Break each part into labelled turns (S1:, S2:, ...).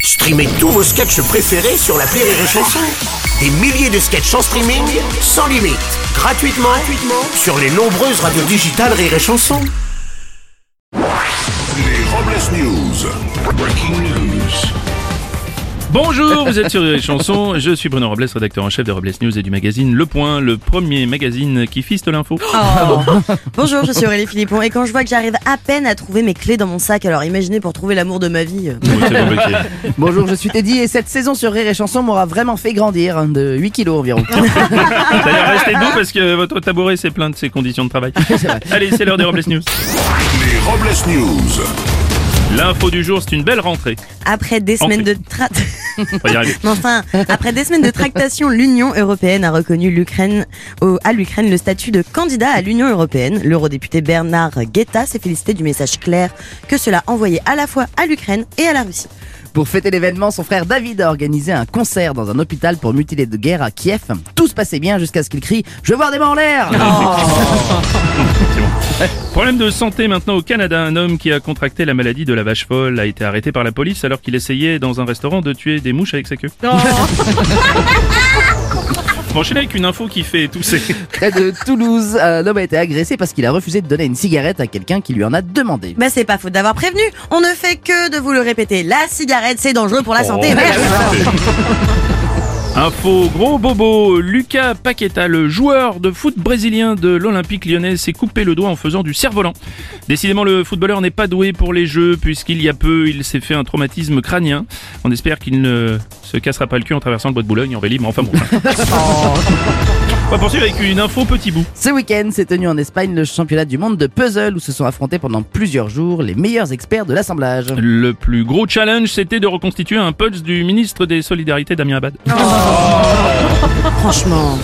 S1: Streamez tous vos sketchs préférés sur la Rire et Chanson. Des milliers de sketchs en streaming, sans limite, gratuitement, gratuitement sur les nombreuses radios digitales Rire et Chanson.
S2: Les Robles News. Breaking news.
S3: Bonjour, vous êtes sur Rire et Chanson, je suis Bruno Robles, rédacteur en chef de Robles News et du magazine Le Point, le premier magazine qui fiste l'info.
S4: Ah Bonjour, je suis Aurélie Philippon et quand je vois que j'arrive à peine à trouver mes clés dans mon sac, alors imaginez pour trouver l'amour de ma vie. euh.
S3: Oui, c'est compliqué.
S5: Bonjour, je suis Teddy et cette saison sur Rire et Chanson m'aura vraiment fait grandir hein, de 8 kilos environ.
S3: D'ailleurs, restez debout parce que votre tabouret s'est plaint de ses conditions de travail. Allez, c'est l'heure des Robles News.
S2: Les Robles News.
S3: L'info du jour, c'est une belle rentrée.
S4: Après des
S3: Entrée.
S4: semaines de tra-
S3: On va y arriver.
S4: Mais enfin, après des semaines de tractation, l'Union européenne a reconnu l'Ukraine au- à l'Ukraine le statut de candidat à l'Union européenne. L'eurodéputé Bernard Guetta s'est félicité du message clair que cela envoyait à la fois à l'Ukraine et à la Russie.
S5: Pour fêter l'événement, son frère David a organisé un concert dans un hôpital pour mutilés de guerre à Kiev. Tout se passait bien jusqu'à ce qu'il crie « Je veux voir des mains en l'air
S3: Problème de santé maintenant au Canada. Un homme qui a contracté la maladie de la vache folle a été arrêté par la police alors qu'il essayait dans un restaurant de tuer des mouches avec sa queue. On va enchaîner avec une info qui fait tousser. !»
S5: Près de Toulouse, un homme a été agressé parce qu'il a refusé de donner une cigarette à quelqu'un qui lui en a demandé.
S4: Bah c'est pas faute d'avoir prévenu, on ne fait que de vous le répéter, la cigarette c'est dangereux pour la santé.
S3: Info gros bobo, Lucas Paqueta, le joueur de foot brésilien de l'Olympique lyonnais, s'est coupé le doigt en faisant du cerf-volant. Décidément, le footballeur n'est pas doué pour les jeux, puisqu'il y a peu, il s'est fait un traumatisme crânien. On espère qu'il ne se cassera pas le cul en traversant le bois de Boulogne en vélo, mais enfin bon. On va poursuivre avec une info petit bout.
S5: Ce week-end s'est tenu en Espagne le championnat du monde de puzzle où se sont affrontés pendant plusieurs jours les meilleurs experts de l'assemblage.
S3: Le plus gros challenge, c'était de reconstituer un punch du ministre des Solidarités, Damien Abad.
S4: Franchement.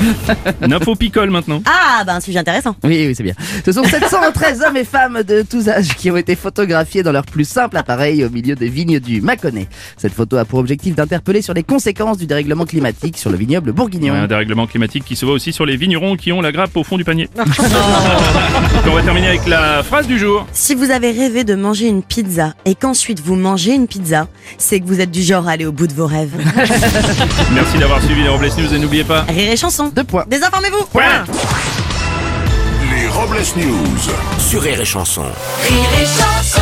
S3: Une info picole maintenant.
S4: Ah bah un sujet intéressant.
S5: Oui, oui, c'est bien. Ce sont 713 hommes et femmes de tous âges qui ont été photographiés dans leur plus simple appareil au milieu des vignes du Mâconnais. Cette photo a pour objectif d'interpeller sur les conséquences du dérèglement climatique sur le vignoble bourguignon.
S3: Ouais, un dérèglement climatique qui se voit aussi sur les vignerons qui ont la grappe au fond du panier. On va terminer avec la phrase du jour.
S4: Si vous avez rêvé de manger une pizza et qu'ensuite vous mangez une pizza, c'est que vous êtes du genre à aller au bout de vos rêves.
S3: Merci d'avoir suivi les Robles News et n'oubliez pas.
S4: Rire et chanson.
S5: Deux points.
S4: Désinformez-vous.
S3: Point.
S2: Les Robles News.
S1: Sur Rire et Chanson.
S6: Rire et chanson.